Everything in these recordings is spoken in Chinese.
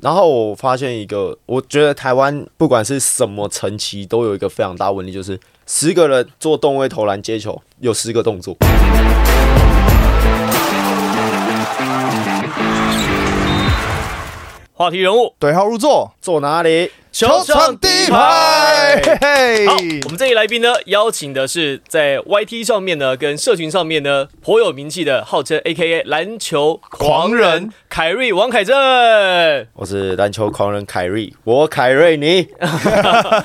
然后我发现一个，我觉得台湾不管是什么层级，都有一个非常大问题，就是十个人做动位投篮接球，有十个动作。话题人物，对号入座，坐哪里？球场第一排。嘿嘿哎好，我们这一来宾呢，邀请的是在 YT 上面呢，跟社群上面呢颇有名气的，号称 AKA 篮球狂狂人人凯瑞王凯正。我是篮球狂人凯瑞，我凯瑞你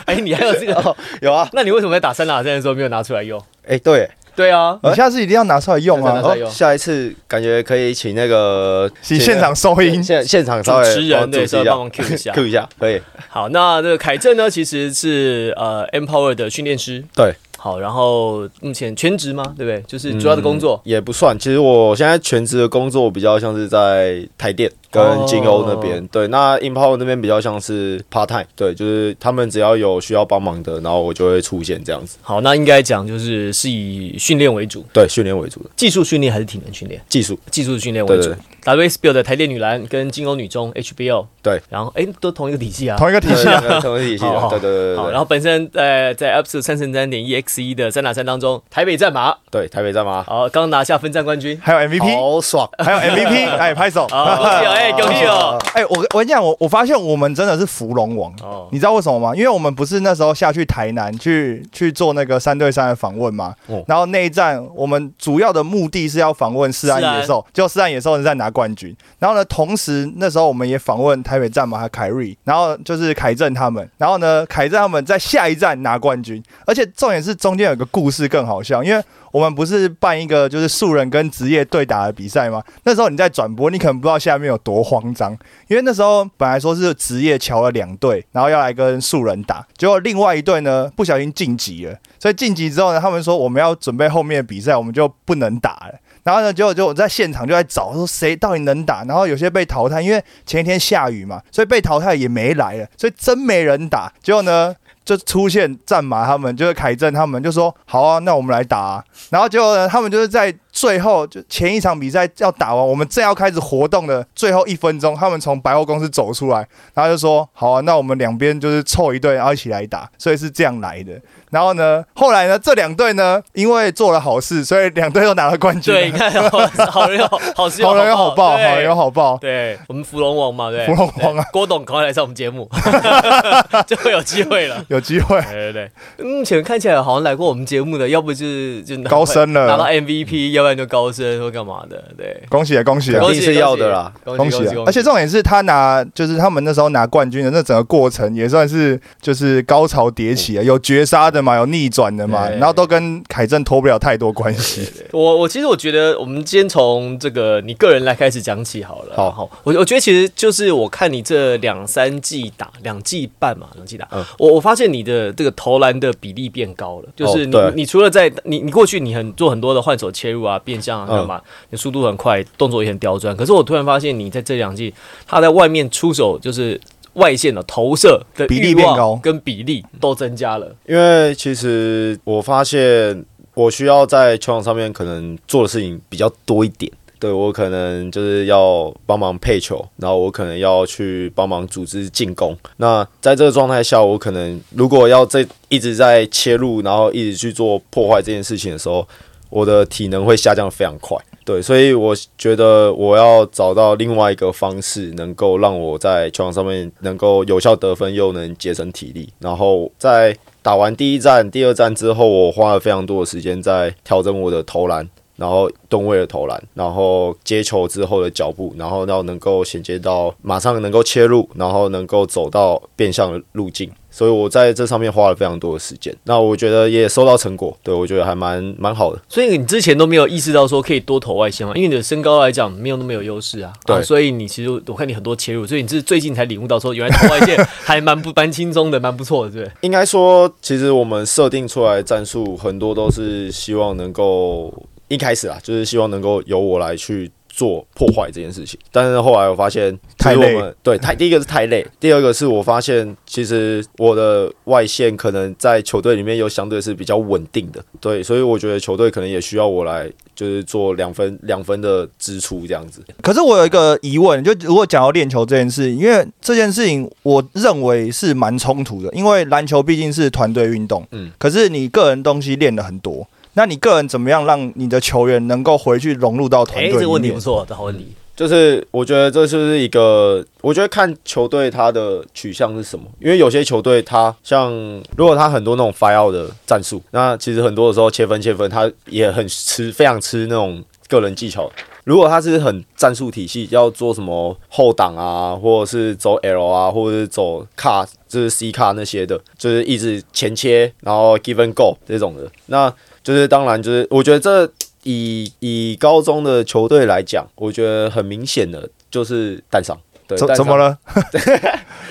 哎，你还有这个？哦，有啊，那你为什么在打三打三的时候没有拿出来用？哎、对，对啊，呃你下次一定要拿出来用真的拿出啊！来用哦，下一次感觉可以请那个请现场收音现现场稍主微持人帮对，主持稍一微下帮忙 Q 一下。 Q 一下，可以，好，那这个凯正呢，其实是呃 Empower 的训练师。对，好，然后目前全职吗？对不对？就是主要的工作。也不算。其实我现在全职的工作比较像是在台电跟金欧那哦边，对。那 Impal 那边比较像是 part time，对，就是他们只要有需要帮忙的，然后我就会出现这样子。好，那应该讲就是是以训练为主，对，训练为主的技术训练还是体能训练？技 术，技术训练为主对。 WSBL 的台电女篮跟金欧女中 HBO，对，然后哎、都同一个体系啊。同一个体对系，两个同一体系好的，好对对对对好，然对。后本身在在 Absolute 三乘三点一 X 一的三打三当中，台北战马，对，台北站吗？好，刚拿下分站冠军。还有 MVP，好爽，还有 MVP，哎，拍手！好，恭喜哦，哎，恭喜哦！ 哎，我我跟你讲，我我发现我们真的是芙蓉王哦，你知道为什么吗？因为我们不是那时候下去台南去去做那个三对三的访问嘛哦，然后那一站我们主要的目的是要访问四岸四安野兽，就四岸野兽人在拿冠军。然后呢，同时那时候我们也访问台北站嘛，还有凯瑞，然后就是凯正他们，然后呢，凯正他们在下一站拿冠军，而且重点是中间有个故事更好笑，因为我们不是办一个就是素人跟职业对打的比赛吗？那时候你在转播，你可能不知道下面有多慌张，因为那时候本来说是职业瞧了两队，然后要来跟素人打，结果另外一队呢不小心晋级了，所以晋级之后呢，他们说我们要准备后面的比赛，我们就不能打了。然后呢，结果就我在现场就在找说谁到底能打，然后有些被淘汰，因为前一天下雨嘛，所以被淘汰也没来了，所以真没人打。结果呢，就出现战马他们，就是凯正他们就说好啊，那我们来打、啊。然后结果呢，他们就是在最后就前一场比赛要打完，我们正要开始活动的最后一分钟，他们从百货公司走出来，然后就说好啊，那我们两边就是凑一队，然后一起来打，所以是这样来的。然后呢，后来呢，这两队呢，因为做了好事，所以两队都拿了冠军。对， 你看，好好人有好事有好人有好报，好对人有好报。对我们芙蓉王嘛，对，芙蓉王啊对，郭董赶快来上我们节目，就会有机会了。有机会，对对对，目前看起来好像来过我们节目的，要不就是就拿高升了嗯拿到 MVP，要不然就高升或干嘛的，对。恭喜啊，恭喜啊，定是要的啦，恭恭喜恭喜啊喜！！而且重点是他拿，就是他们那时候拿冠军的那整个过程，也算是就是高潮迭起啊，有绝杀的嘛，有逆转的嘛，嗯对然后都跟凯正脱不了太多关系。我我其实我觉得，我们先从这个你个人来开始讲起好了。好好，我我觉得其实就是我看你这两三季打两季半嘛，两季打，嗯我我发现你的这个投篮的比例变高了，就是哦你、对你除了在你你过去你很做很多的换手切入啊、变向啊嗯干嘛，你速度很快，动作也很刁钻，可是我突然发现你在这两季，他在外面出手就是。外线的投射的比例欲望变高跟比例都增加了。因为其实我发现我需要在球场上面可能做的事情比较多一点。对我可能就是要帮忙配球，然后我可能要去帮忙组织进攻。那在这个状态下，我可能如果要这一直在切入，然后一直去做破坏这件事情的时候，我的体能会下降得非常快。对，所以我觉得我要找到另外一个方式，能够让我在球场上面能够有效得分，又能节省体力。然后在打完第一站、第二站之后，我花了非常多的时间在调整我的投篮，然后吨位的投篮，然后接球之后的脚步，然后要能够衔接到马上能够切入，然后能够走到变相的路径。所以我在这上面花了非常多的时间，那我觉得也收到成果，对我觉得还蛮蛮好的。所以你之前都没有意识到说可以多投外线嘛？因为你的身高来讲没有那么有优势啊。对啊所以你其实我看你很多切入，所以你是最近才领悟到说原来投外线还蛮不蛮轻松的，蛮不错的，对不对？应该说，其实我们设定出来的战术很多都是希望能够一开始啊，就是希望能够由我来去做破坏这件事情。但是后来我发现，太累其实我们对，太第一个是太累，第二个是我发现其实我的外线可能在球队里面有相对是比较稳定的，对，所以我觉得球队可能也需要我来就是做两分两分的支出这样子。可是我有一个疑问，就如果讲到练球这件事，因为这件事情我认为是蛮冲突的，因为篮球毕竟是团队运动，嗯嗯，可是你个人东西练的很多，那你个人怎么样让你的球员能够回去融入到团哎，队？这个问题不，错，这好问题。就是我觉得这就是一个，我觉得看球队它的取向是什么，因为有些球队它像如果它很多那种 fire out 的战术，那其实很多的时候切分切分，它也很吃非常吃那种个人技巧。如果他是很战术体系，要做什么后挡啊，或者是走 L 啊，或者是走 cut，就是 C 卡那些的，就是一直前切，然后 give and go 这种的，那就是当然就是我觉得这以以高中的球队来讲，我觉得很明显的就是蛋商，对，怎蛋怎商么了？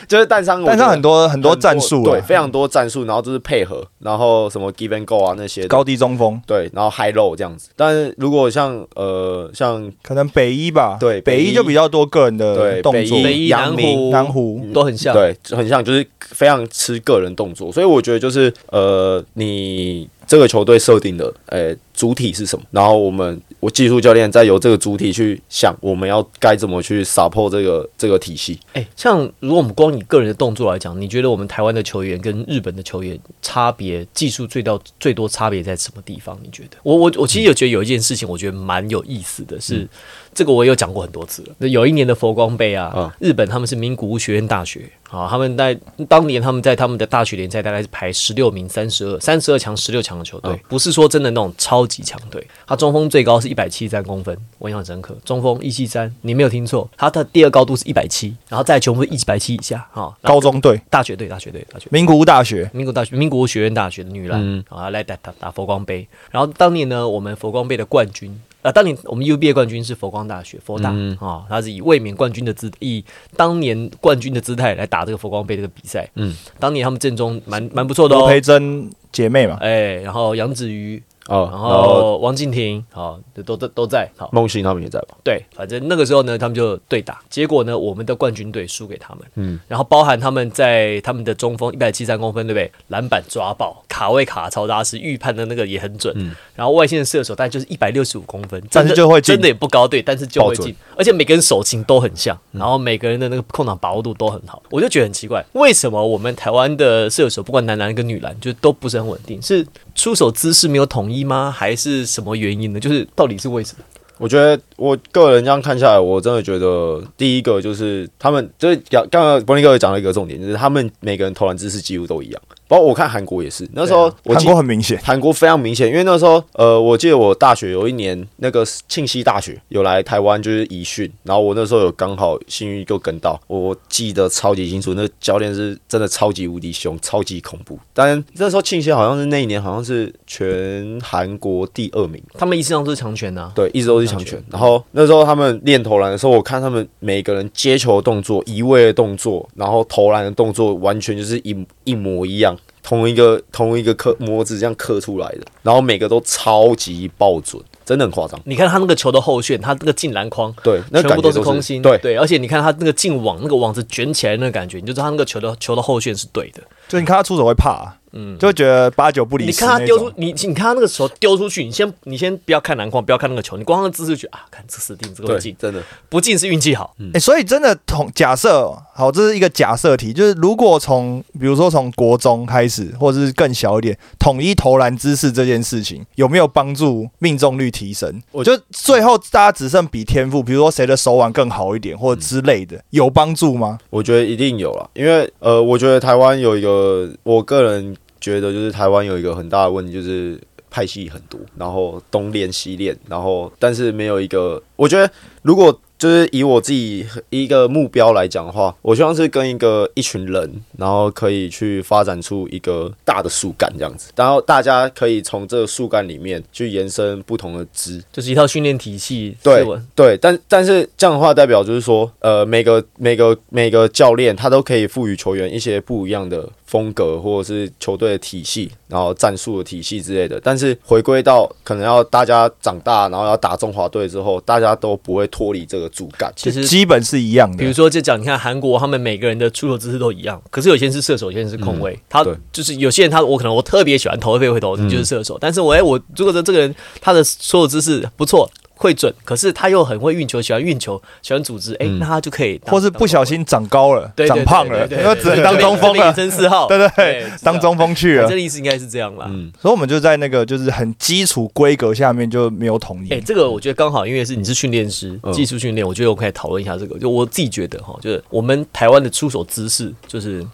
就是蛋商，但是很多多很多战术、啊，对，非常多战术，然后就是配合，然后什么 give and go 啊那些的，高低中锋，对，然后 high low 这样子。但是如果像呃像可能北一吧，对北北一一就比较多个人的对动北作，一北一阳南明湖、嗯南湖都很像，对，很像，就是非常吃个人动作，所以我觉得就是呃，你这个球队设定的呃、主体是什么，然后我们我技术教练再由这个主体去想我们要该怎么去 support 这个这个体系。哎、像如果我们光以个人的动作来讲，你觉得我们台湾的球员跟日本的球员差别技术最到最多差别在什么地方？你觉得？我我我其实有觉得有一件事情，我觉得蛮有意思的是，这个我也有讲过很多次了。那有一年的佛光杯啊，嗯日本他们是名古屋学院大学啊，他们在当年他们在他们的大学联赛大概是排十六名、三十二、三十二强、十六强的球队，嗯不是说真的那种超级强队。他中锋最高是一百七三公分，我印象很深刻。中锋一七三，你没有听错，他的第二高度是一百七，然后再来全部一百七以下啊。然后高中队，大学队，大学队，大学队。名古屋大学，民国大学、民国学院大学的女篮、嗯啊，来打打打佛光杯。然后当年呢，我们佛光杯的冠军啊，当年我们 UBA 冠军是佛光大学佛大啊、嗯他是以卫冕冠军的姿，以当年冠军的姿态来打这个佛光杯这个比赛。嗯，当年他们阵中蛮蛮不错的罗哦，培珍姐妹嘛，哎，然后杨子瑜，哦，然然后后王敬婷，好、都都都都在好。梦欣他们也在吧？对，反正那个时候呢，他们就对打，结果呢，我们的冠军队输给他们，嗯嗯，然后包含他们在他们的中锋一百七三公分，对不对？篮板抓爆，卡位卡超扎实，预判的那个也很准，然后外线的射手大概就是一百六十五公分，嗯但真是的就会进真的也不高，对，但是就会爆准进，而且每个人手型都很像，嗯然后每个人的那个空档把握度都很好，我就觉得很奇怪，为什么我们台湾的射手不管男篮跟女篮，就都不是很稳定，是出手姿势没有统一吗？还是什么原因呢？就是到底是为什么？我觉得我个人这样看下来，我真的觉得第一个就是他们就是讲刚刚伯尼哥讲了一个重点，就是他们每个人投篮姿势几乎都一样，包括我看韩国也是，那时候对啊我韩记国很明显。韩国非常明显，因为那时候，呃，我记得我大学有一年，那个庆熙大学有来台湾就是遗训，然后我那时候有刚好幸运就跟到，我记得超级清楚，那教练是真的超级无敌凶，超级恐怖。当然那时候庆熙好像是那一年好像是全韩国第二名，他们一向都是强权呐、啊对，一直都是强权。然后那时候他们练投篮的时候，我看他们每个人接球的动作、移位的动作，然后投篮的动作，完全就是一一模一样，同一个同一个刻模子这样刻出来的，然后每个都超级爆准，真的很夸张。你看他那个球的后旋，他那个进篮框，对，那全感部觉都是空心，对，而且你看他那个进网，那个网子卷起来的那个感觉，你就知道他那个球的球的后旋是对的。就你看他出手会怕、嗯，就会觉得八九不离你十看那他种。丢出你，你看他那个球丢出去，你先你先不要看篮筐，不要看那个球，你光看姿势去啊，看这死定，这个会对，嗯进，真的，不进是运气好。哎、所以真的同假设好，这是一个假设题，就是如果从比如说从国中开始，或者是更小一点，统一投篮姿势这件事情，有没有帮助命中率提升？我我就最后大家只剩比天赋，比如说谁的手腕更好一点，或者之类的，有帮助吗？我觉得一定有啦，因为呃，我觉得台湾有一个，我个人觉得就是台湾有一个很大的问题就是。派系很多，然后东练西练，然后但是没有一个，我觉得如果就是以我自己一个目标来讲的话，我希望是跟一个一群人，然后可以去发展出一个大的树干这样子，然后大家可以从这个树干里面去延伸不同的枝，就是一套训练体系。对是我对，但但是这样的话，代表就是说，呃，每个每个每个教练他都可以赋予球员一些不一样的风格，或者是球队的体系，然后战术的体系之类的。但是回归到可能要大家长大，然后要打中华队之后，大家都不会脱离这个主干。其实基本是一样比如的。说，就讲你看韩国，他们每个人的出球姿势都一样，可是有些人是射手，有些人是控卫。他对就是有些人他，我可能我特别喜欢头会会投，你就是射手。但是我哎，我如果说这个人他的所有姿势不错，会准，可是他又很会运球，喜欢运球，喜欢组织，哎，那他就可以当，或是不小心长高了对对、对长胖了，对对那只能当中锋了，真四号，对对对对，当中锋去这了。的意思应该是这样啦。嗯，所以我们就在那个就是很基础规格下面就没有统哎、一。这个我觉得刚好，因为是你是训练师，技术训练，我觉得我可以讨论一下这个。就我自己觉得哈，就是我们台湾的出手姿势，就是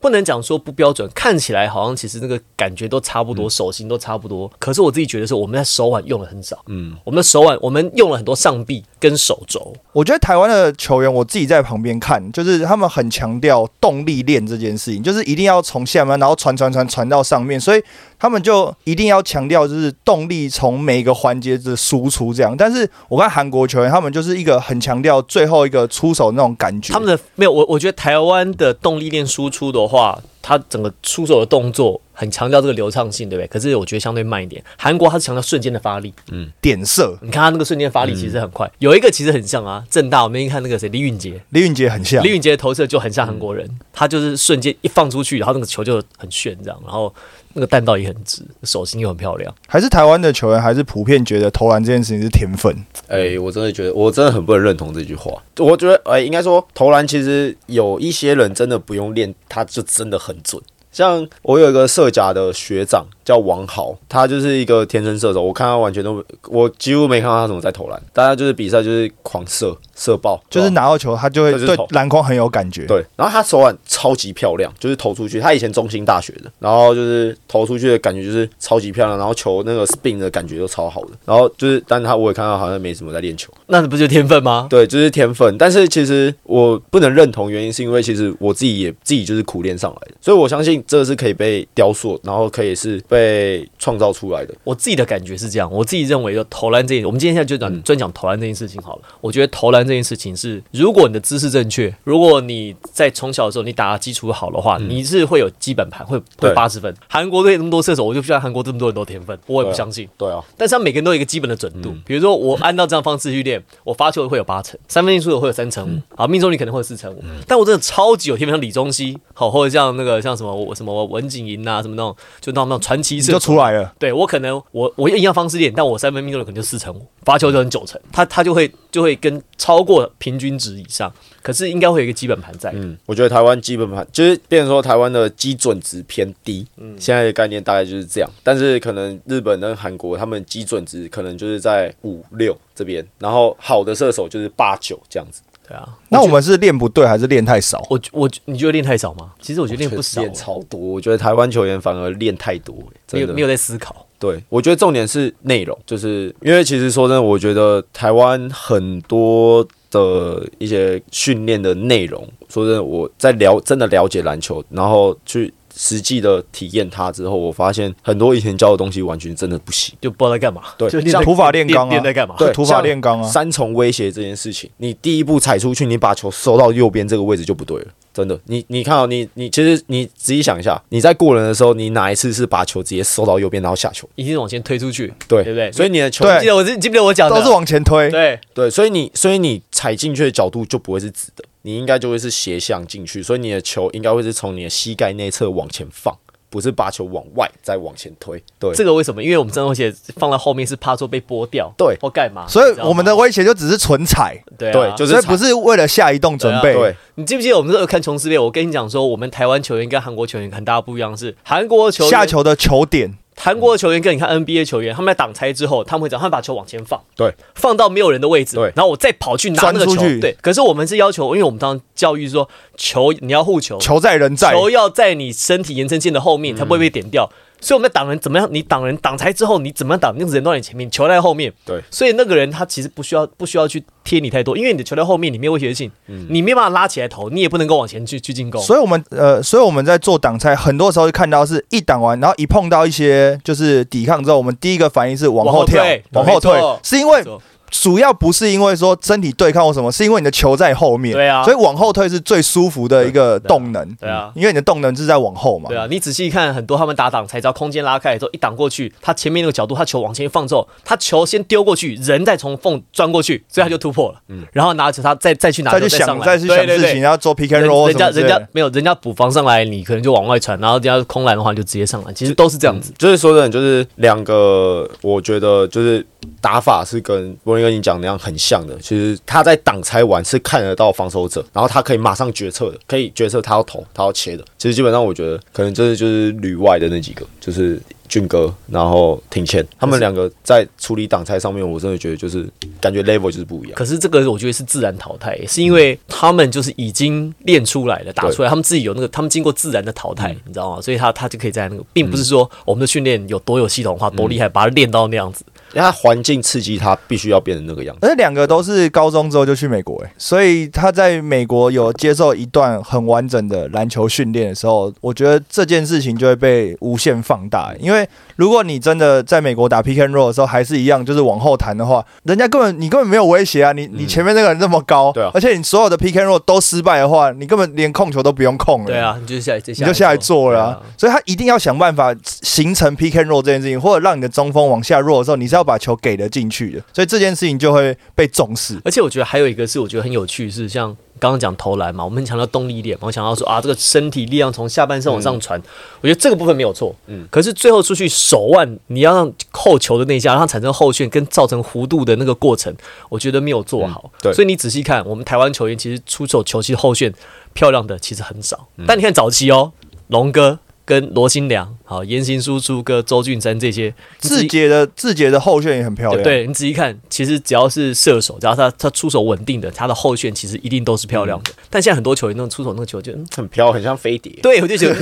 不能讲说不标准，看起来好像其实那个感觉都差不多，手型都差不多。可是我自己觉得是我们在手腕用的很少，嗯，我们的手腕我们用了很多上臂跟手肘，我觉得台湾的球员，我自己在旁边看，就是他们很强调动力链这件事情，就是一定要从下面，然后传传传传到上面，所以他们就一定要强调就是动力从每一个环节的输出这样。但是我看韩国球员，他们就是一个很强调最后一个出手那种感觉。他们的没有我，我觉得台湾的动力链输出的话，它整个出手的动作很强调这个流畅性，对不对？可是我觉得相对慢一点。韩国它是强调瞬间的发力，点射，你看他那个瞬间发力其实很快，有一个其实很像啊，正大我们一看那个谁李允杰，李允杰很像啊李。允杰的投射就嗯很像韩国人，他就是瞬间一放出去，然后那个球就很炫这样，然后那个弹道也很直，手型又很漂亮。还是台湾的球员，还是普遍觉得投篮这件事情是天分。哎、嗯我真的觉得，我真的很不能认同这句话。我觉得，哎、应该说投篮其实有一些人真的不用练，他就真的很准。像我有一个射甲的学长叫王豪，他就是一个天生射手，我看他完全都，我几乎没看到他怎么在投篮，大家就是比赛就是狂射射爆，就是拿到球，他就会就是对投篮筐很有感觉。对，然后他手腕超级漂亮，就是投出去。他以前中兴大学的，然后就是投出去的感觉就是超级漂亮，然后球那个 spin 的感觉都超好的。然后就是，但他我也看到好像没什么在练球。那不就天分吗？对，就是天分。但是其实我不能认同，原因是因为其实我自己也自己就是苦练上来的，所以我相信这是可以被雕塑，然后可以是被创造出来的。我自己的感觉是这样，我自己认为就投篮这件，我们今天现在就讲嗯专讲投篮这件事情好了。我觉得投篮这件事情是，如果你的姿势正确，如果你在从小的时候你打的基础好的话，你是会有基本盘，会会嗯对八十分。韩国队那么多射手，我就不相信韩国这么多人都有天分，我也不对啊相信。对啊，但是他每个人都有一个基本的准度，嗯比如说我按照这样方式去练，我发球会有八成，三分球会有三成嗯五，好命中率可能会有四成五。但我真的超级有天分，像李宗熙，好或者像那个像什么我什么文景莹啊，什么那种就那种那种传奇你射就手出来了。对我可能我我用一样方式练，但我三分命中率可能就四成五，罚球就很九成，嗯他他就会就会跟超过平均值以上，可是应该会有一个基本盘在。嗯，我觉得台湾基本盘就是变成说台湾的基准值偏低，嗯，现在的概念大概就是这样。但是可能日本跟韩国他们基准值可能就是在五六这边，然后好的射手就是八九这样子。对啊，那我们是练不对，还是练太少？我我你觉得练太少吗？其实我觉得练不我觉少得欸，练超多，我觉得台湾球员反而练太多、欸，没真有的没有在思考。对，我觉得重点是内容，就是因为其实说真的，我觉得台湾很多的一些训练的内容，说真的，我在了真的了解篮球，然后去实际的体验它之后，我发现很多以前教的东西完全真的不行。就不知道在干嘛，对 就练像在土法炼钢啊练在干嘛？对，土法像炼钢啊三重威胁这件事情，你第一步踩出去，你把球收到右边这个位置就不对了。真的，你你看到、哦你你其实你仔细想一下，你在过人的时候，你哪一次是把球直接收到右边然后下球？一定是往前推出去，对对不对所以你的球对记得我记记不记得我讲的？都是往前推。对，对，所以你所以你踩进去的角度就不会是直的，你应该就会是斜向进去，所以你的球应该会是从你的膝盖内侧往前放，不是把球往外再往前推。对，这个为什么？因为我们真的会写放在后面是怕说被剥掉，对或干嘛？所你以知道吗我们的威胁就只是纯踩，啊对对啊就是所以不是为了下一动准备。对你记不记得我们这个看琼斯杯？我跟你讲说，我们台湾球员跟韩国球员很大不一样是，韩国球员下球的球点，韩国球员跟你看 NBA 球员，他们在挡拆之后，他们会怎样？他们把球往前放，对，放到没有人的位置，对然后我再跑去拿那个钻出球，去对。可是我们是要求，因为我们当时教育说，球你要护球，哦球在人在，嗯球要在你身体延伸线的后面才不会被点掉。所以我们在挡人怎么样？你挡人挡拆之后，你怎么样挡？那个人到你前面，球在后面。对所以那个人他其实不需要不需要去贴你太多，因为你的球在后面，你没有威胁性，你没有办法拉起来投，你也不能够往前去去进攻。嗯所以我们呃，所以我们在做挡拆，很多时候就看到是一挡完，然后一碰到一些就是抵抗之后，我们第一个反应是往后跳往后退、往后退没错，是因为没错主要不是因为说身体对抗或什么，是因为你的球在后面，对啊所以往后退是最舒服的一个对啊动能，对啊因为你的动能是在往后嘛，对啊，你仔细看，很多他们打挡拆，只要空间拉开之后，一挡过去，他前面那个角度，他球往前一放之后，他球先丢过去，人再从缝钻过去，所以他就突破了。嗯，然后拿着他再再去拿再球去上想来，再去想对对事对情，然后做 pick and 人 roll 人什么家之类人的家没有，人家补防上来，你可能就往外传，然后人家空篮的话你就直接上篮，其实都是这嗯样子。就是说真的，就是两个，我觉得就是打法是跟伯林跟你讲那样很像的。其实他在挡拆完是看得到防守者，然后他可以马上决策的，可以决策他要投，他要切的。其实基本上我觉得，可能真的就是旅外的那几个，就是俊哥，然后庭谦，他们两个在处理挡拆上面，我真的觉得就是感觉 level 就是不一样。可是这个我觉得是自然淘汰，是因为他们就是已经练出来了，打出来，他们自己有那个，他们经过自然的淘嗯汰，你知道吗？所以他他就可以在那个，并不是说我们的训练有多有系统化、多厉嗯害，把它练到那样子。因为他环境刺激他，必须要变成那个样子。而且两个都是高中之后就去美国、欸，所以他在美国有接受一段很完整的篮球训练的时候，我觉得这件事情就会被无限放大、欸因为如果你真的在美国打 pick and roll 的时候还是一样，就是往后弹的话，人家根本你根本没有威胁啊，你你前面那个人那么嗯高，对啊而且你所有的 pick and roll 都失败的话，你根本连控球都不用控了，对。啊，你就下来，你嗯你就下来做了啊、所以他一定要想办法形成 pick and roll 这件事情，或者让你的中锋往下弱的时候，你是要把球给了进去的，所以这件事情就会被重视。而且我觉得还有一个是我觉得很有趣，是像刚刚讲投篮嘛，我们很强调动力链嘛，我想到说啊，这个身体力量从下半身往上传，我觉得这个部分没有错，嗯，可是最后出去手腕，你要让扣球的那一下，让它产生后旋跟造成弧度的那个过程，我觉得没有做好，对所以你仔细看，我们台湾球员其实出手球其实后旋漂亮的其实很少，但你看早期哦，龙哥。跟罗新良、好严行书、朱哥、周俊生这些，你仔字细节的字节的后旋也很漂亮，，对你仔细看，其实只要是射手，只要他他出手稳定的，他的后旋其实一定都是漂亮的。但现在很多球员那种出手那个球就，嗯、很飘，很像飞碟，对我就觉得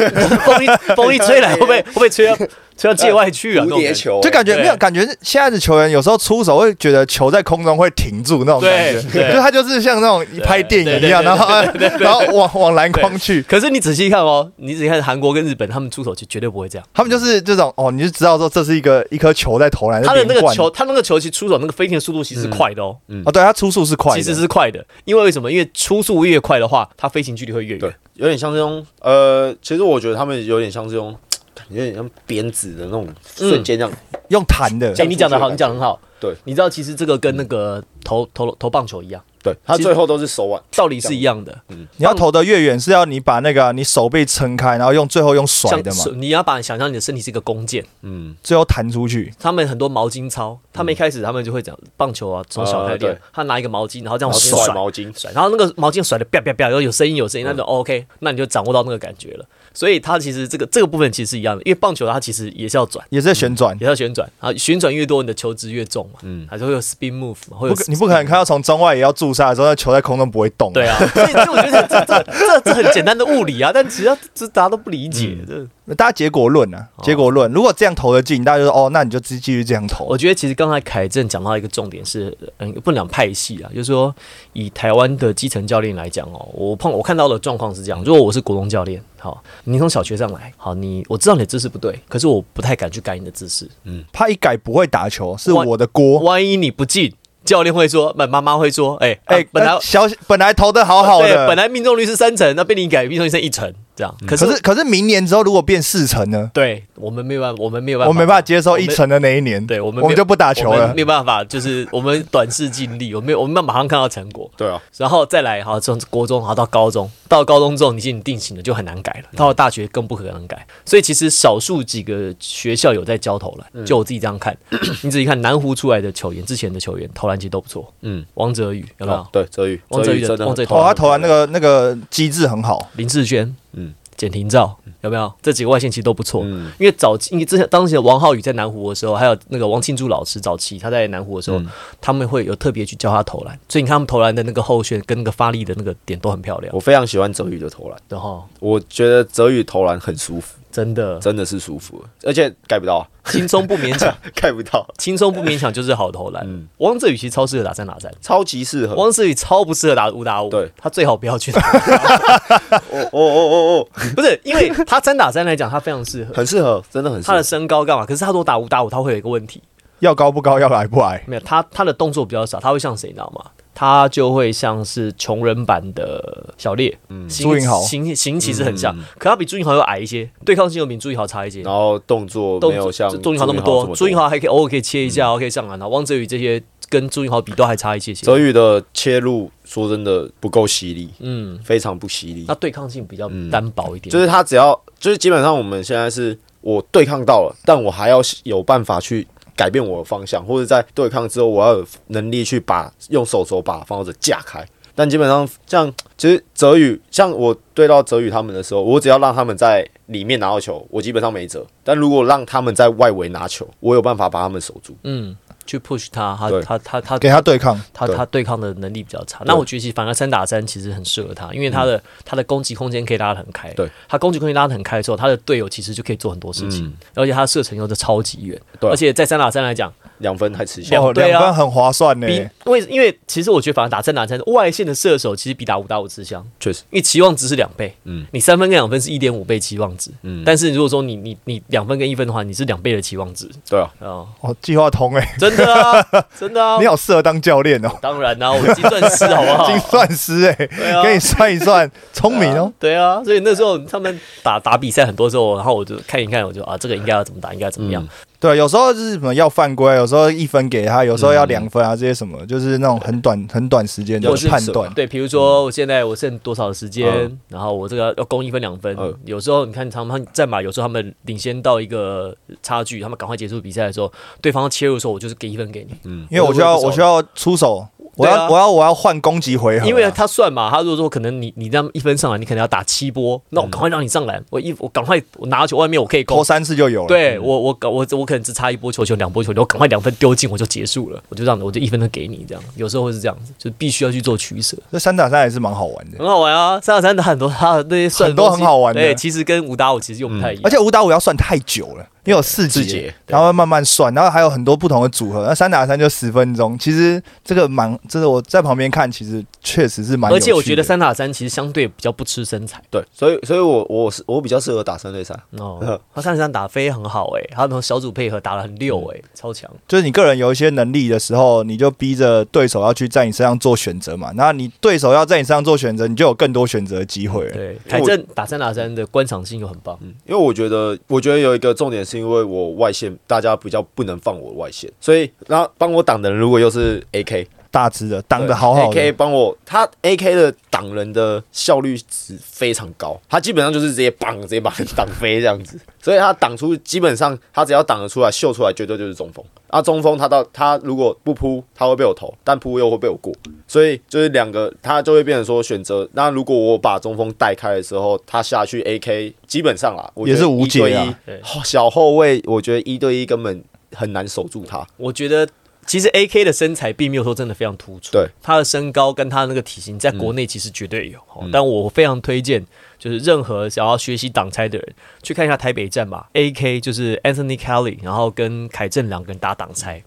风一风一吹来，会不会会不会吹到吹到界外去啊？那种感觉。呃球就感觉对没有感觉。现在的球员有时候出手会觉得球在空中会停住那种感觉，对对就他就是像那种拍电影一样，然后然后往往篮筐去。可是你仔细看哦，你仔细看韩国跟日本，他们出手就绝对不会这样。他们就是这种哦，你就知道说这是一个一颗球在投篮，他的那呃是连个贯球，他那个球其实出手那个飞行的速度其实是快的哦，哦，对，他出速是快的，其实是快的。因为为什么？因为出速越快的话，他飞行距离会越对远。，有点像这种呃，其实我觉得他们有点像这种，有点像鞭子的那种瞬间这嗯样，用弹的哎、，你讲的好，你讲得很好。对你知道其实这个跟那个投投投棒球一样，对他其实最后都是手腕，道理是一样的。你要投的越远是要你把那个你手背撑开，然后用最后用甩像的嘛，手你要把想象你的身体是一个弓箭，嗯，最后弹出去，他们很多毛巾操，他们一开始他们就会讲棒球啊，从小开始呃对练，他拿一个毛巾，然后这然样后甩甩毛巾，甩，然后那个毛巾甩的啪啪啪，然后有声音有声音，那就 OK，那你就掌握到那个感觉了。所以它其实这个这个部分其实是一样的，因为棒球它其实也是要转。也是在旋转。也是要旋转啊，旋转越多，你的球值越重嘛，嗯嗯，还是会有 spin move 嘛，会有不可，你不可能看到从中外也要注杀的时候，那球在空中不会动。对啊，所以所以我觉得这这这这很简单的物理啊，但只要这大家都不理解，这大家结果论哦啊，结果论。如果这样投的进，大家就说哦，那你就继继续这样投我。觉得其实刚才凯正讲到一个重点是，嗯，不能讲派系啊，就是说以台湾的基层教练来讲哦，我碰我看到的状况是这样：如果我是国中教练，好，你从小学上来，好，你我知道你的姿势不对，可是我不太敢去改你的姿势，他一改不会打球是万我的锅。万一你不进，教练会说，不，妈妈会说，哎、哎、哎，本来、呃小本来投的好好对，的，嗯本来命中率是三成，那被你改命中率剩一成，这样，可是。可是可是明年之后如果变四成呢？对我们没有办啊法，我们没有办我法，没办法接受一成的那一年，对我们我们就不打我球们了没。有办法，就是我们短视尽力，我没有，我们马上看到成果。对啊，然后再来哈，从国中好到高中，到高中之后，你已你定型了，就很难改了。到了大学更不可能改，所以其实少数几个学校有在教投嗯篮，就我自己这样看， 你仔细看南湖出来的球员，之前的球员投篮其实都不错，嗯，王哲宇有没有？哦对，泽宇，王哲宇的真的王哲宇很投痛哦，他投篮那个那个机制很好，林志轩，嗯嗯，简廷照有没有？这几个外线其实都不错，嗯因为早期，因为之前当时的王浩宇在南湖的时候，还有那个王庆柱老师早期他在南湖的时候，嗯他们会有特别去教他投篮，所以你看他们投篮的那个后旋跟那个发力哦的那个点都很漂亮我，非常喜欢泽宇的投篮，然后我觉得泽宇投篮很舒服，真的真的是舒服，而且盖不 到，啊轻松不勉强，盖不到，轻松不勉强就是好投篮。嗯汪志宇其实超适合打三打三，超级适合。汪志宇超不适合打五打五，对他最好不要去打， 哦哦哦哦，不是因为他三打三来讲他非常适合，很适合，真的很适他合的。身高干嘛？可是他如果打五打五，他会有一个问题，要高不高，要矮不矮，没有他他的动作比较少，他会像谁你知道吗？他就会像是穷人版的小烈，嗯，朱云豪形形其实很嗯像，可他比朱云豪要矮一些，对抗性又比朱云豪差一些。然后动作动没有像朱云豪那么多，朱朱云云豪豪还可以偶尔可以切一嗯下，可以上篮啊。汪哲宇这些跟朱云豪比都还差一些些。泽宇的切入，说真的不够犀利，嗯，非常不犀利那。对抗性比较单薄一点，嗯就是他只要，就是基本上我们现在是我对抗到了，但我还要有办法去改变我的方向，或者在对抗之后，我要有能力去把用手肘把防守者架开。但基本上像其实泽宇，像我对到泽宇他们的时候，我只要让他们在里面拿到球，我基本上没辙。但如果让他们在外围拿球，我有办法把他们守住。嗯，去 push 他，对他他他给他他对抗。他对他对抗的能力比较差。那我觉得其实反而三打三其实很适合他，因为他的他的攻击空间可以拉得很开。嗯对，他攻击空间拉得很开之后，他的队友其实就可以做很多事情嗯，而且他的射程又是超级远。对而且在三打三来讲，两分还吃香，两哦，对啊两分很划算呢。欸比因为因为其实我觉得反而打三打三外线的射手其实比打五打五吃香，确实，因为期望值是两倍，嗯你三分跟两分是一点五倍期望值，嗯，但是如果说你你你两分跟一分的话，你是两倍的期望值对啊，哦，哦，计划通哎，真的 啊，真的啊你，好适合当教练哦，当然啦、我计算师好不好？ 精算师哎，哦对啊给你算一 算，聪明哦。对啊，所以那时候他们打打比赛很多时候，然后我就看一看，我就啊，这个应该要怎么打，应该要怎么样。对，啊有时候就是什么要犯规，啊有时候一分给他，有时候嗯要两分啊，这些什么，就是那种很短很短时间的或是啊判断。嗯对，比如说我现在我剩多少时间，嗯然后我这个要攻一分两分。嗯有时候你看他们战马，有时候他们领先到一个差距，他们赶快结束比赛的时候，对方切入的时候，我就是给一分给你，嗯因为我需要我需要出手，我对要啊我要我要换攻击回合啊，因为他算嘛，他如果说可能你你这样一分上来，你可能要打七波，那我赶快让你上篮，我一我赶快我拿到球外面我可以攻投。三次就有了。，对我，我我我可能只差一波球球，两波球球，我赶快两分丢进，我就结束了，我就这样，我就一分都给你这样。有时候会是这样子，就必须要去做取舍，这三打三也是蛮好玩的，很好玩啊。三打三打很多，他的那些算的很多东西很好玩的嗯对，其实跟五打五其实又不太一样。而且五打五要算太久了，因为有四四节节，然后啊要慢慢算，然后还有很多不同的组合。那三打三就十分钟，其实这个蛮，这个我在旁边看，其实确实是蛮有而趣的。且我觉得三打三其实相对比较不吃身材对，所以所以我我是我比较适合打三对三，哦，他三打三打飞很好哎、他们小组配合打得很溜嗯哎、超强。就是你个人有一些能力的时候，你就逼着对手要去在你身上做选择嘛。那你对手要在你身上做选择，你就有更多选择的机会了。对，凯正打三打三的观赏性又很棒，嗯因为我觉得，我觉得有一个重点是因为我外线大家比较不能放我外线，所以然后帮我挡的人如果又是 AK 大致的挡的好好，AK 的，帮我他 AK 的挡人的效率值非常高，他基本上就是直接绑直接把人挡飞这样子，所以他挡出基本上他只要挡得出来秀出来，绝对就是中锋。啊，中锋他到他如果不扑，他会被我投，但扑又会被我过，所以就是两个他就会变成说选择。那如果我把中锋带开的时候，他下去 AK 基本上啦，我觉得也是无解啊一对一对，哦小后卫，我觉得一对一根本很难守住他。我觉得其实 A K 的身材并没有说真的非常突出，对他的身高跟他那个体型，在嗯国内其实绝对有。哦但我非常推荐，就是任何想要学习挡拆的人，去看一下台北站吧。A K 就是 Anthony Kelly，然后跟凯正两个人打挡拆，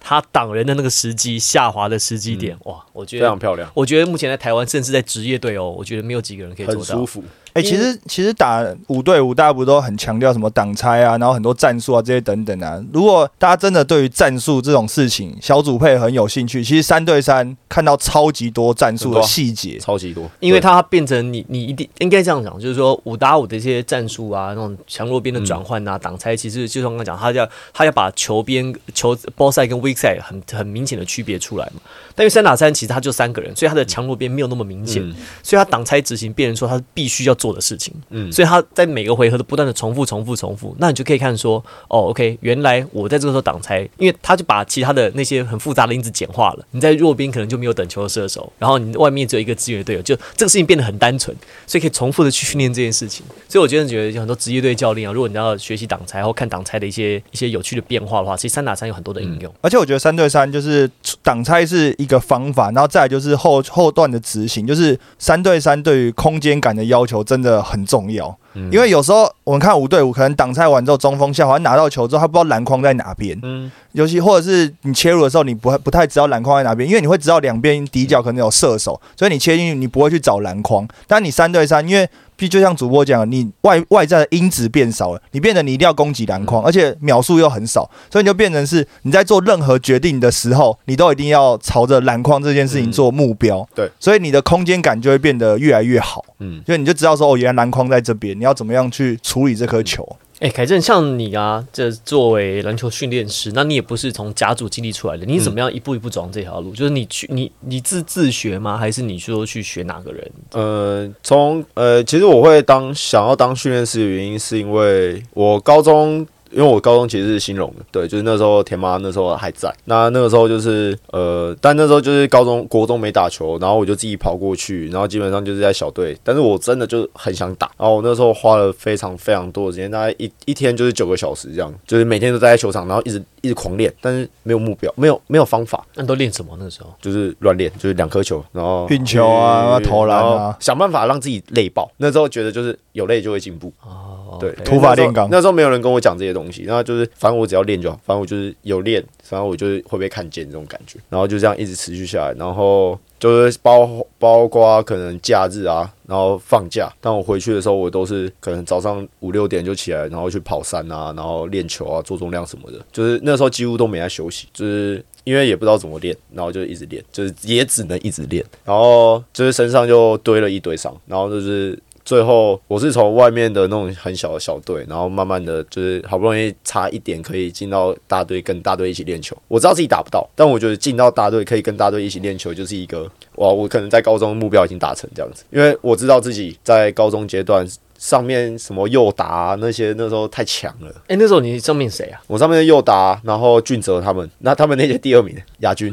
他挡人的那个时机下滑的时机点，哇，我觉嗯非常得。漂亮，我觉得目前在台湾，甚至在职业队哦，我觉得没有几个人可以做很舒到。服。哎、其实其实打五对五，大家不都很强调什么挡拆啊，然后很多战术啊这些等等啊。如果大家真的对于战术这种事情小组配很有兴趣，其实三对三看到超级多战术很多的啊细节，超级多，因为它变成你，你一定应该这样讲，就是说五打五的一些战术啊，那种强弱边的转换啊，挡拆，其实就像刚刚讲，他要他要把球边球 ball 赛跟 weak 赛很很明显的区别出来嘛。但因为三打三其实他就三个人，所以他的强弱边没有那么明显，嗯所以他挡拆执行变成说他是必须要做的事情。嗯所以他在每个回合都不断的重复、重复、重复，那你就可以看说，哦，OK，原来我在这个时候挡拆，因为他就把其他的那些很复杂的因子简化了。你在弱边可能就没有等球的射手，然后你外面只有一个支援的队友，就这个事情变得很单纯，所以可以重复的去训练这件事情。所以我真的觉得很多职业队教练啊，如果你要学习挡拆或看挡拆的一些一些有趣的变化的话，其实三打三有很多的应用。而且我觉得三对三就是挡拆是一个方法，然后再来就是后后段的执行，就是三对三对于空间感的要求真的很重要，因为有时候我们看五对五，可能挡拆完之后，中锋下滑拿到球之后，他不知道篮筐在哪边，嗯，尤其或者是你切入的时候，你不会不太知道篮筐在哪边，因为你会知道两边底角可能有射手，所以你切进去你不会去找篮筐。但你三对三，因为毕就像主播讲的，你外外在的因子变少了，你变得你一定要攻击篮嗯筐，而且秒数又很少，所以你就变成是你在做任何决定的时候，你都一定要朝着篮筐这件事情做目标。嗯对，所以你的空间感就会变得越来越好，嗯，因为你就知道说哦，原来篮筐在这边，你要怎么样去处理这颗球。哎，凯正，像你啊，这作为篮球训练师，那你也不是从甲组经历出来的，你嗯怎么样一步一步走上这条路？就是你去，你你自自学吗？还是你说去学哪个人？呃，从呃，其实我会当想要当训练师的原因，是因为我高中，因为我高中其实是新荣的，对，就是那时候田妈那时候还在，那那个时候就是呃，但那时候就是高中国中没打球，然后我就自己跑过去，然后基本上就是在小队，但是我真的就是很想打，然后我那时候花了非常非常多的时间，大概一一天就是九个小时这样，就是每天都待在球场，然后一直一直狂练，但是没有目标，没有没有方法，那你都练什么？那个时候就是乱练，就是两颗球，然后运球啊去投篮啊，然后想办法让自己累爆。那时候觉得就是有累就会进步，哦，对，土法炼钢那时候那时候没有人跟我讲这些东西，那就是反正我只要练就好，反正我就是有练，反正我就是会被看见这种感觉，然后就这样一直持续下来，然后就是包包括可能假日啊，然后放假，但我回去的时候，我都是可能早上五六点就起来，然后去跑山啊，然后练球啊，做重量什么的，就是那时候几乎都没在休息，就是。因为也不知道怎么练，然后就一直练，就是也只能一直练，然后就是身上就堆了一堆伤，然后就是最后我是从外面的那种很小的小队，然后慢慢的就是好不容易差一点可以进到大队，跟大队一起练球。我知道自己打不到，但我觉得进到大队可以跟大队一起练球，就是一个哇，我可能在高中目标已经达成这样子，因为我知道自己在高中阶段上面什么右达、那些那时候太强了。哎，那时候你上面谁啊？我上面的右达，然后俊哲他们，那他们那些第二名亚军，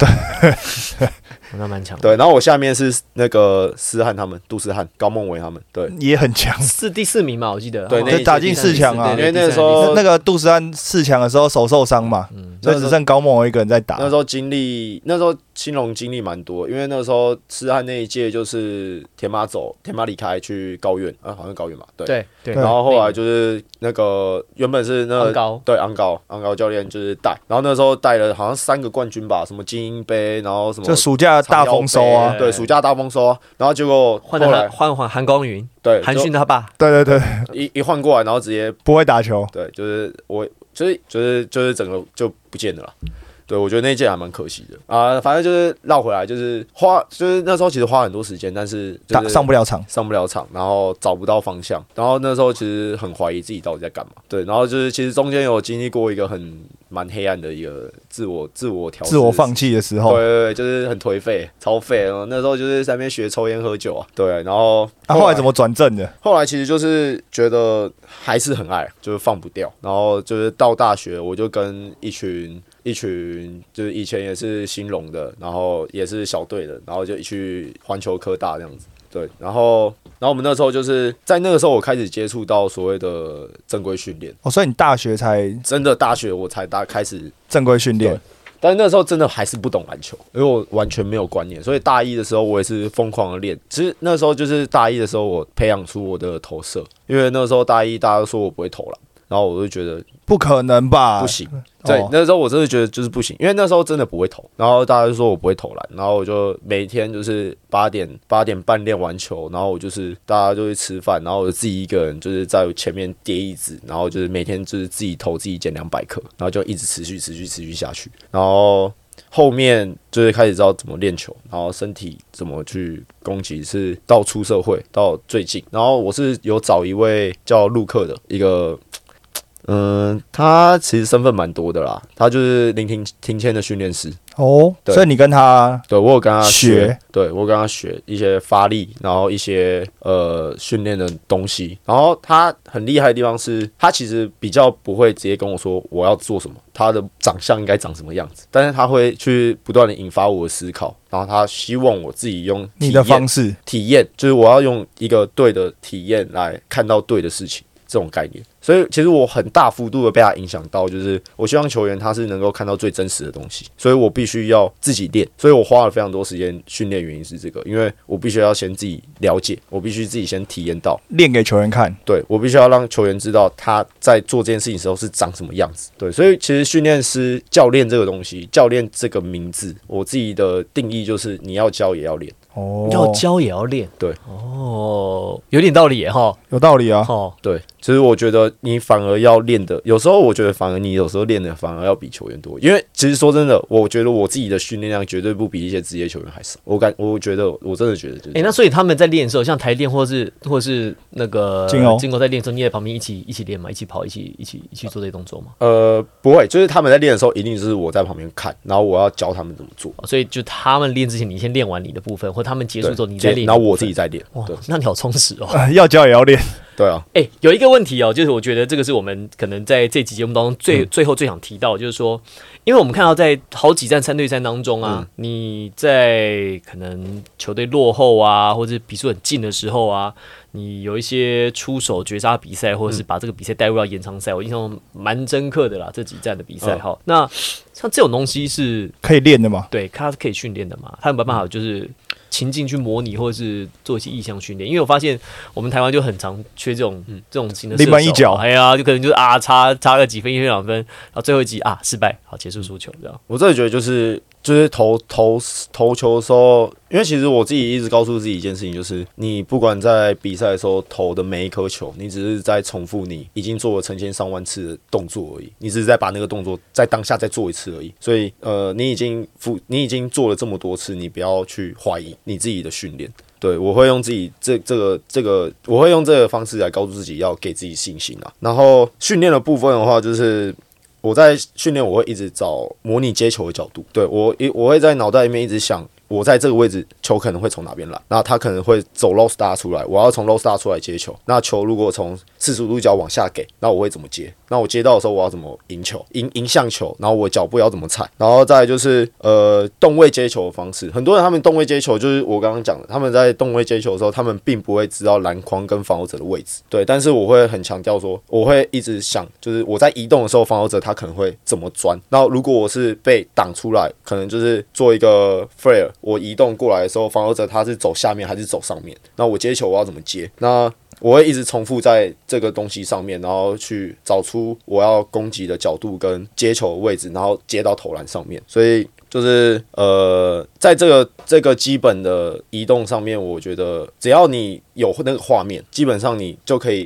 哦那蛮强的。对，然后我下面是那个思翰他们，杜思翰、高梦维他们，对，也很强，是第四名嘛？我记得对好那像一届打进四强啊对因为那第三时候那那个杜十安四强的时候手受伤嘛，嗯所以只剩高梦维一个人在打。那时候经历，那时候青龙经历蛮多，因为那时候痴汉那一届就是田妈走，田妈离开去高院，啊，好像高院吧，对。对对，然后后来呃就是那个原本是那昂高对昂高昂高教练就是带，然后那时候带了好像三个冠军吧，什么精英杯，然后什么就暑假大丰收啊长腰杯！对，暑假大丰收啊，然后结果后换了来韩换换韩光云，对韩就训他爸，对对对，一一换过来，然后直接不会打球，对，就是我就是就是就是整个就不见了啦。对，我觉得那一届还蛮可惜的啊、反正就是绕回来，就是花，就是那时候其实花很多时间，但是就打是上不了场。上不了场，然后找不到方向，然后那时候其实很怀疑自己到底在干嘛。对，然后就是其实中间有经历过一个很蛮黑暗的一个自我自我调试自我放弃的时候对，对对，就是很颓废，超废。然后那时候就是在那边学抽烟喝酒啊，对，然后啊，后来怎么转正的？后来其实就是觉得还是很爱，就是放不掉。然后就是到大学，我就跟一群一群就是以前也是兴隆的，然后也是小队的，然后就一起去环球科大这样子。对，然后然后我们那时候就是在那个时候，我开始接触到所谓的正规训练，哦，所以你大学才真的大学我才大开始正规训练对。但是那时候真的还是不懂篮球，因为我完全没有观念，所以大一的时候我也是疯狂的练。其实那时候就是大一的时候，我培养出我的投射，因为那时候大一大家都说我不会投篮，然后我就觉得不可能吧？不行。对，那时候我真的觉得就是不行，因为那时候真的不会投，然后大家就说我不会投篮，然后我就每天就是八点八点半练完球，然后我就是大家就去吃饭，然后我自己一个人就是在前面叠椅子，然后就是每天就是自己投自己捡两百颗，然后就一直持续持续持续下去，然后后面就是开始知道怎么练球，然后身体怎么去攻击，是到出社会到最近，然后我是有找一位叫陆克的一个。嗯，他其实身份蛮多的啦，他就是林庭庭谦的训练师，哦，对所以你跟他对我有跟他学，学对我有跟他学一些发力，然后一些呃训练的东西。然后他很厉害的地方是，他其实比较不会直接跟我说我要做什么，他的长相应该长什么样子，但是他会去不断的引发我的思考，然后他希望我自己用你的体验方式，体验，就是我要用一个对的体验来看到对的事情。这种概念。所以其实我很大幅度的被他影响到，就是我希望球员他是能够看到最真实的东西，所以我必须要自己练。所以我花了非常多时间训练，原因是这个，因为我必须要先自己了解，我必须自己先体验到，练给球员看。对我必须要让球员知道他在做这件事情的时候是长什么样子。对，所以其实训练师、教练这个东西，教练这个名字，我自己的定义就是你要教也要练。哦，要教也要练。对，哦，有点道理耶哈。有道理啊。哦，对，其实我觉得你反而要练的，有时候我觉得反而你有时候练的反而要比球员多，因为其实说真的，我觉得我自己的训练量绝对不比一些职业球员还少。我感我觉得我真的觉得就是这诶，样，那所以他们在练的时候，像台练或是或是那个金欧金在练的时候，你也在旁边一起一起练嘛，一起跑，一起一起一起做这些动作嘛。呃不会，就是他们在练的时候，一定就是我在旁边看，然后我要教他们怎么做，哦所以就他们练之前，你先练完你的部分，或他们结束对之后你再练。然后我自己。再练，哇对，那你好充实哦。呃要教也要练，对啊，哎、有一个问题哦，就是我觉得这个是我们可能在这期节目当中最、最后最想提到的，就是说，因为我们看到在好几站三对三当中啊，你在可能球队落后啊，或者是比数很近的时候啊，你有一些出手绝杀比赛，或者是把这个比赛带入到延长赛，我印象中蛮深刻的啦。这几站的比赛嗯哈，那像这种东西是可以练的嘛。对，它是可以训练的嘛，它有没有办法就是情境去模拟，或者是做一些意向训练？因为我发现我们台湾就很常缺这种、这种型的临射门一手脚哎呀，就可能就是啊，差差个几分，一分两分，然后最后一集啊失败，好结束输球这样。我真的觉得就是就是投投投球的时候，因为其实我自己一直告诉自己一件事情，就是你不管在比赛的时候投的每一颗球，你只是在重复你已经做了成千上万次的动作而已，你只是在把那个动作在当下再做一次而已。所以呃，你已经付你已经做了这么多次，你不要去怀疑你自己的训练。对，我会用自己这这个这个，我会用这个方式来告诉自己要给自己信心啊。然后训练的部分的话，就是我在训练，我会一直找模拟接球的角度，对我一我会在脑袋里面一直想，我在这个位置球可能会从哪边来，那他可能会走 low star 出来，我要从 low star 出来接球，那球如果从四十五度角往下给，那我会怎么接？那我接到的时候我要怎么赢球，赢赢向球，然后我脚步要怎么踩，然后再来就是呃动位接球的方式，很多人他们动位接球就是我刚刚讲的，他们在动位接球的时候，他们并不会知道篮筐跟防守者的位置，对，但是我会很强调说，我会一直想，就是我在移动的时候，防守者他可能会怎么钻，那如果我是被挡出来，可能就是做一个 flare，我移动过来的时候，防守者他是走下面还是走上面，那我接球我要怎么接？那我会一直重复在这个东西上面，然后去找出我要攻击的角度跟接球的位置，然后接到投篮上面。所以就是呃，在这个这个基本的移动上面，我觉得只要你有那个画面，基本上你就可以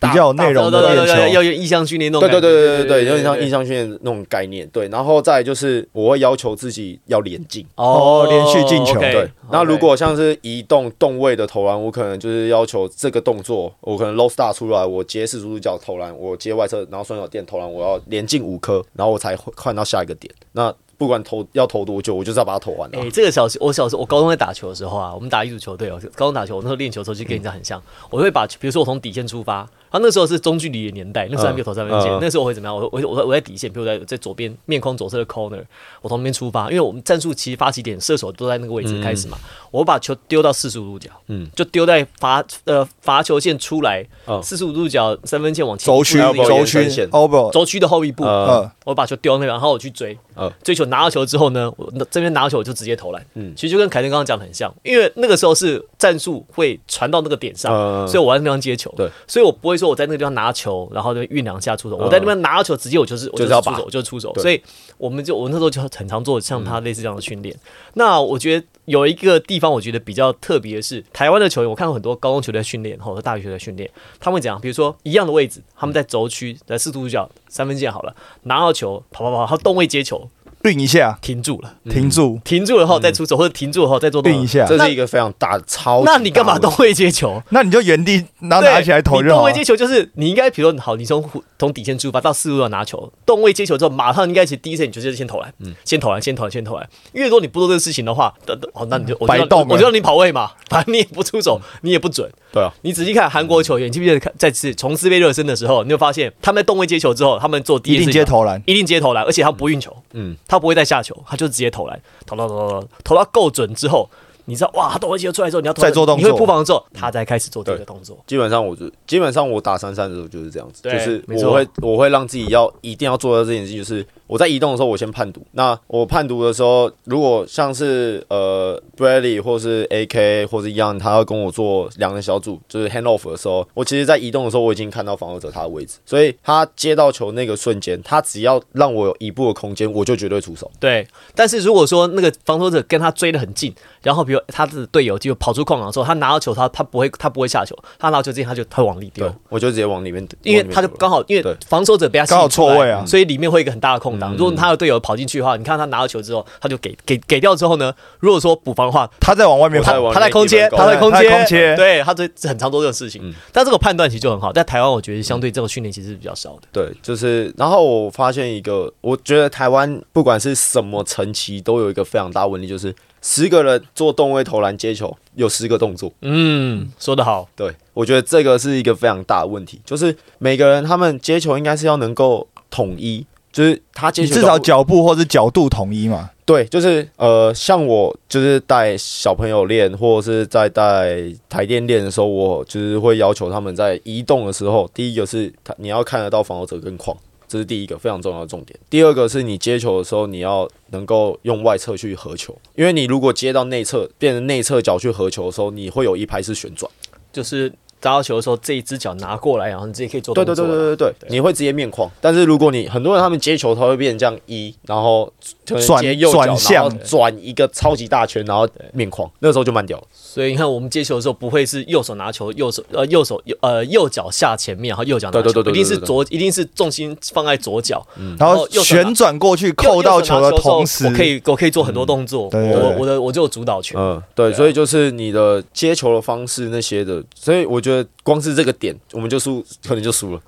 比较有哦内哦容的练要球，要有意向训练那种对感觉。对对对对，有点像印象训练那种概念。对，然后再来就是我会要求自己要连进。哦哦，连续进球 OK，对哎 OK，那如果像是移动动位的投篮，我可能就是要求这个动作，我可能 low star 出来，我接四十度角投篮，我接外侧，然后双脚垫投篮，我要连进五颗，然后我才会换到下一个点。那不管投要投多久，我就是要把它投完啊哎、这个小时我小时候我高中在打球的时候啊，我们打一组球队哦，高中打球，我那时候练球的时候就跟人家很像，我会把比如说我从底线出发，然后那时候是中距离的年代，那时候还没有投三分线，嗯嗯那时候我会怎么样？我我我在我在底线，比如我在在左边面框左侧的 corner，我从那边出发，因为我们战术其实发起点射手都在那个位置开始嘛，我把球丢到四十五度角，嗯嗯，就丢在罚呃罚球线出来嗯，四十五度角三分线往前轴区一步要不要轴延区伸线 o b 轴区的后一步，嗯呃呃，我把球丢到那边，然后我去追，呃追球拿到球之后呢，我那这边拿到球我就直接投篮，嗯嗯，其实就跟凯登刚刚讲的很像，因为那个时候是战术会传到那个点上，嗯所以我在那地方接球，对，所以我不会说我在那个地方拿球，然后就酝酿一下出手，我在呃那边拿到球直接我就是我就是出要手，把我就是出手，对嗯所以我们就我那时候就很常做像他类似这样的训练。那我觉得有一个地方我觉得比较特别的是，台湾的球员，我看过很多高中球队在训练，或者大学球队在训练，他们会怎样？比如说一样的位置，他们在轴区在四十五角三分线好了，拿到球跑跑跑，他动位接球运一下，停住了。停住，停住了后再出手，或者停住了后再做动作运一。下。这是嗯一个非常大的超级大的那问题。你干嘛动位接球？那你就原地拿对拿起来投你就动好位了接。球就是你应该，比如说好，你从弧从底线出发到四路要拿球，动位接球之后，马上应该其实第一时间你就是先投篮，先投篮，先投篮，先投篮。越多你不做这个事情的话，那那哦，那你就我就白让动我就了让你跑位嘛，反正你也不出手，你也不准。对啊，你仔细看韩国球员，你记不记得看在次从斯杯热身的时候，你就发现他们在动位接球之后，他们做第一一定件事情接投篮一定接投篮，而且他不运球，嗯，他不会再下球，他就直接投篮，投投投投投投到够准之后，你知道哇，他动完气球出来之后，你要投篮再做动作你会扑防之后，他才开始做第一个动作。基本上我就基本上我打三三的时候就是这样子，对就是没错我会我会让自己要一定要做到这件事情，就是我在移动的时候我先判读。那我判读的时候，如果像是呃 Bradley 或是 AK 或是 Young 他要跟我做两人小组，就是 hand off 的时候，我其实在移动的时候我已经看到防守者他的位置，所以他接到球那个瞬间，他只要让我有一步的空间，我就绝对出手。对，但是如果说那个防守者跟他追得很近，然后比如他的队友就跑出空档之后，他拿到球他他不会他不会下球，他拿到球之前他就他会往里丢对。，我就直接往里面，因为往里面他就丢了刚好，因为对防守者被他吸引刚好错出来位啊所以里面会有一个很大的空档。如果他的队友跑进去的话，你看他拿到球之后，他就给给给掉之后呢，如果说补防的话，他在往外面我跑在，往他在空接，内地他门在空他接，在空切对他这很常做这种事情。但这个判断其实就很好，在台湾我觉得相对这种训练其实是比较少的。对，就是，然后我发现一个，我觉得台湾不管是什么层级，都有一个非常大的问题，就是十个人做动位投篮接球，有十个动作。嗯，说得好，对，我觉得这个是一个非常大的问题，就是每个人他们接球应该是要能够统一，就是他接你球至少角脚步或是角度统一嘛。对，就是呃，像我就是带小朋友练，或者是在带台电练的时候，我就是会要求他们在移动的时候，第一个是他你要看得到防守者跟框，这是第一个非常重要的重点。第二个是你接球的时候，你要能够用外侧去合球，因为你如果接到内侧，变成内侧脚去合球的时候，你会有一拍是旋转。就是砸到球的时候，这一只脚拿过来，然后你自己可以做对动对作。啊对对对对，对你会直接面框。但是如果你很多人他们接球，他会变成这样一，然后可能转接右脚，转然后向转一个超级大圈，然后面框，那时候就慢掉了。所以你看，我们接球的时候不会是右手拿球，右手呃右手右呃右脚下前面，然后右脚拿球，对对对对对一定是对对左，一定是重心放在左脚，然然后后右手拿旋转过去扣到球的同时，我可以我可以做很多动作，对对对我我的我就有主导权。嗯，对，所以就是你的接球的方式那些的，所以我觉得光是这个点，我们就输，可能就输了。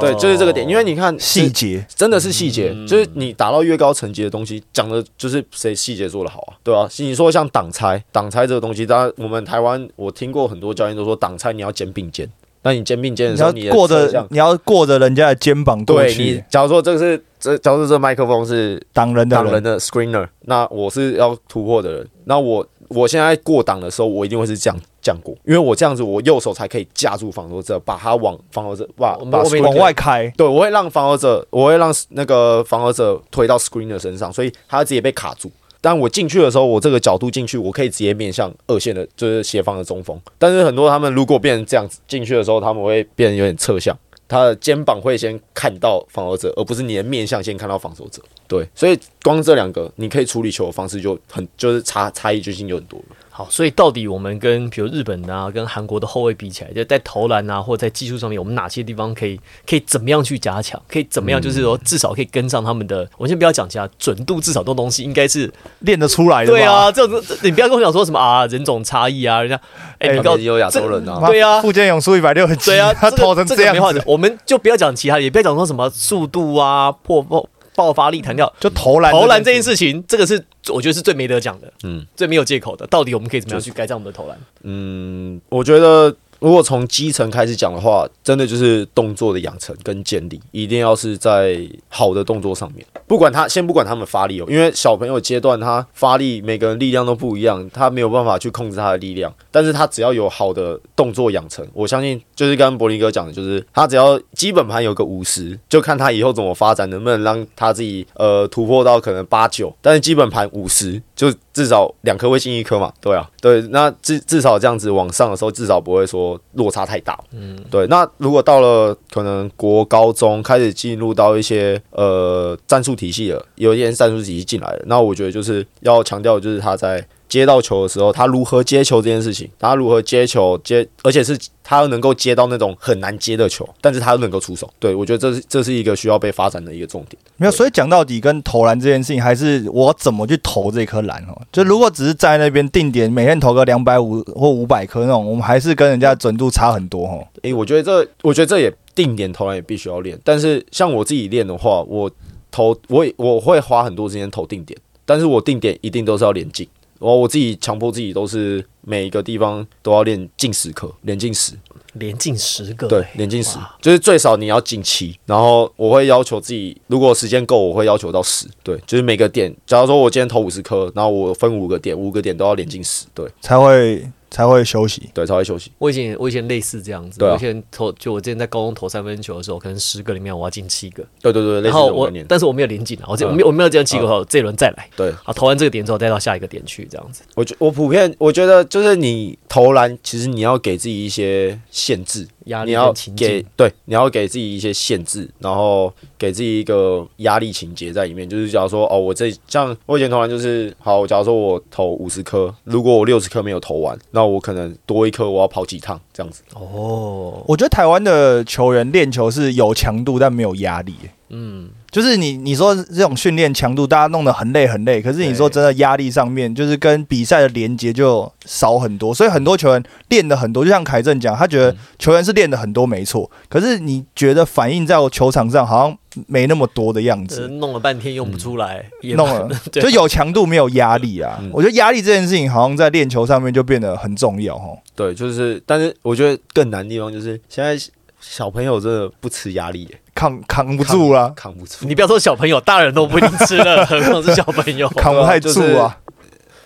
嗯对，就是这个点，因为你看细是节。真的是细节，就是你打到越高层级的东西，讲的就是谁细节做得好啊，对啊，你说像挡拆，挡拆这个东西，当然我们台湾我听过很多教练都说，挡拆你要肩并肩，那你肩并肩的你时候，要你的过侧着向，你要过着人家的肩膀过对你去，，假如说这是这，假如说这麦克风是挡人的挡人人，的 screener，那我是要突破的人，那我我现在过挡的时候，我一定会是这样这样过，因为我这样子，我右手才可以架住防守者，把他往防守者把我们把我们 screen- 往外开。对，我会让防守者，我会让那个防守者推到 screener 身上，所以他直接被卡住。但我进去的时候，我这个角度进去，我可以直接面向二线的，就是斜方的中锋。但是很多他们如果变成这样子进去的时候，他们会变得有点侧向，他的肩膀会先看到防守者，而不是你的面向先看到防守者。对，所以光这两个，你可以处理球的方式就很就是差差异就已经有很多了。好，哦所以到底我们跟比如日本啊、跟韩国的后卫比起来，就在投篮啊，或者在技术上面，我们哪些地方可以可以怎么样去加强？可以怎么样，就是说至少可以跟上他们的。我们先不要讲其他准度，至少这种东西应该是练得出来的吧对啊。，这种这你不要跟我讲说什么啊人种差异啊，人家哎、你你告告有亚洲人啊妈，对啊傅建勇输一百六十七对啊，，他这个投成这这个样没话子讲，，我们就不要讲其他的，也不要讲说什么速度啊、破爆爆发力、弹跳。就投篮投篮这件事情，这个是我觉得是最没得讲的，嗯嗯，最没有借口的。到底我们可以怎么样去改善我们的投篮？嗯，我觉得如果从基层开始讲的话，真的就是动作的养成跟建立，一定要是在好的动作上面。不管他，先不管他们发力哦，因为小朋友阶段他发力，每个人力量都不一样，他没有办法去控制他的力量。但是他只要有好的动作养成，我相信就是跟柏林哥讲的，就是他只要基本盘有个五十，就看他以后怎么发展，能不能让他自己呃突破到可能八九，但是基本盘五十，就至少两颗会进一颗嘛，对啊，对，那至至少这样子往上的时候，至少不会说落差太大，嗯，对。那如果到了可能国高中开始进入到一些呃战术体系了，有一些战术体系进来了，那我觉得就是要强调的就是他在接到球的时候，他如何接球这件事情，他如何接球接，而且是他能够接到那种很难接的球，但是他又能够出手。对我觉得这是这是一个需要被发展的一个重点。没有，所以讲到底跟投篮这件事情，还是我怎么去投这颗篮嗯哦。就如果只是站在那边定点，每天投个两百五或五百颗那种，我们还是跟人家的准度差很多哦。诶、我觉得这，我觉得这也定点投篮也必须要练。但是像我自己练的话，我投我也我会花很多时间投定点，但是我定点一定都是要练进。我我自己强迫自己都是每一个地方都要练进十颗，练进十。连进十个、对哎，连进十哇，就是最少你要进七，然后我会要求自己，如果时间够，我会要求到十。对，就是每个点，假如说我今天投五十颗，然后我分五个点，五个点都要连进十，对才会才会休息。对，才会休息。我以前我以前类似这样子，对啊我以前投就我之前在高中投三分球的时候，可能十个里面我要进七个，对对对，类似然这后种我概念。但是我没有连进啊，我这、嗯我没有我没有这样七个后，这一轮再来，对，好投完这个点之后再到下一个点去这样子。我觉我普遍我觉得就是你投篮，其实你要给自己一些限制，压力你要跟情给境对，你要给自己一些限制，然后给自己一个压力情节在里面。就是假如说哦，我这像我以前投篮就是好，假如说我投五十颗，如果我六十颗没有投完，那我可能多一颗我要跑几趟这样子。哦，我觉得台湾的球员练球是有强度但没有压力、嗯，就是你你说这种训练强度，大家弄得很累很累，可是你对说真的压力上面，就是跟比赛的连接就少很多，所以很多球员练的很多，就像凯正讲，他觉得球员是练的很多没错，可是你觉得反映在我球场上好像没那么多的样这子，呃弄了半天用不出来，也弄了对就有强度没有压力啊嗯。我觉得压力这件事情好像在练球上面就变得很重要哦。对，就是但是我觉得更难的地方就是现在小朋友真的不吃压力耶，扛扛不住哦啦，扛不住。你不要说小朋友，大人都不一定吃了，何况是小朋 友。扛不太住对啊啊。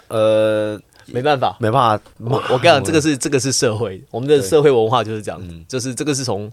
呃，没办法，没办法，我我跟你讲，这个是这个是社会，我们的对社会文化就是这样子，嗯就是这个是从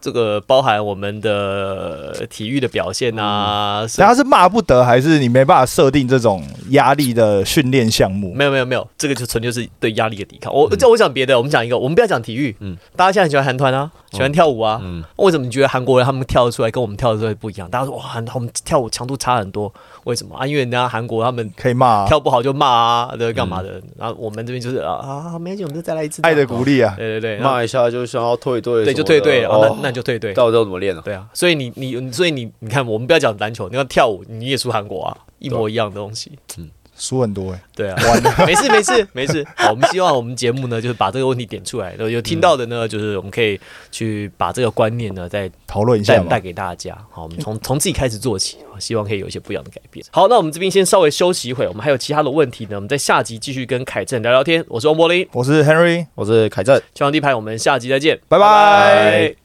这个包含我们的体育的表现啊，是然后是骂不得，还是你没办法设定这种压力的训练项目？没有没有没有，这个就纯就是对压力的抵抗。我这、我讲别的，我们讲一个，我们不要讲体育，嗯嗯，大家现在很喜欢韩团啊，喜欢跳舞啊，嗯为什么你觉得韩国人他们跳得出来跟我们跳得出来不一样？大家说哇，韩他们跳舞强度差很多，为什么啊？因为人家韩国他们可以骂、啊，跳不好就骂啊，对，干嘛的？然后我们这边就是啊啊，没关系，我们就再来一次。爱的鼓励 啊。对对对，然后骂一下就想要退队什么的，对就退队，哦，哦那那你就退队。到底要怎么练呢？对啊，所以你你所以你你看，我们不要讲篮球，你要跳舞，你也输韩国啊，一模一样的东西。输很多哎、对啊， 没事没事没事。好，我们希望我们节目呢，就是把这个问题点出来，然后有听到的呢，就是我们可以去把这个观念呢，再讨论一带下嘛带。给大家。好，我们从从自己开始做起，好希望可以有一些不一样的改变。好，那我们这边先稍微休息一会，我们还有其他的问题呢，我们在下集继续跟凯正聊聊天。我是王柏林，我是 Henry，我是凯正。球场地牌，我们下集再见，拜拜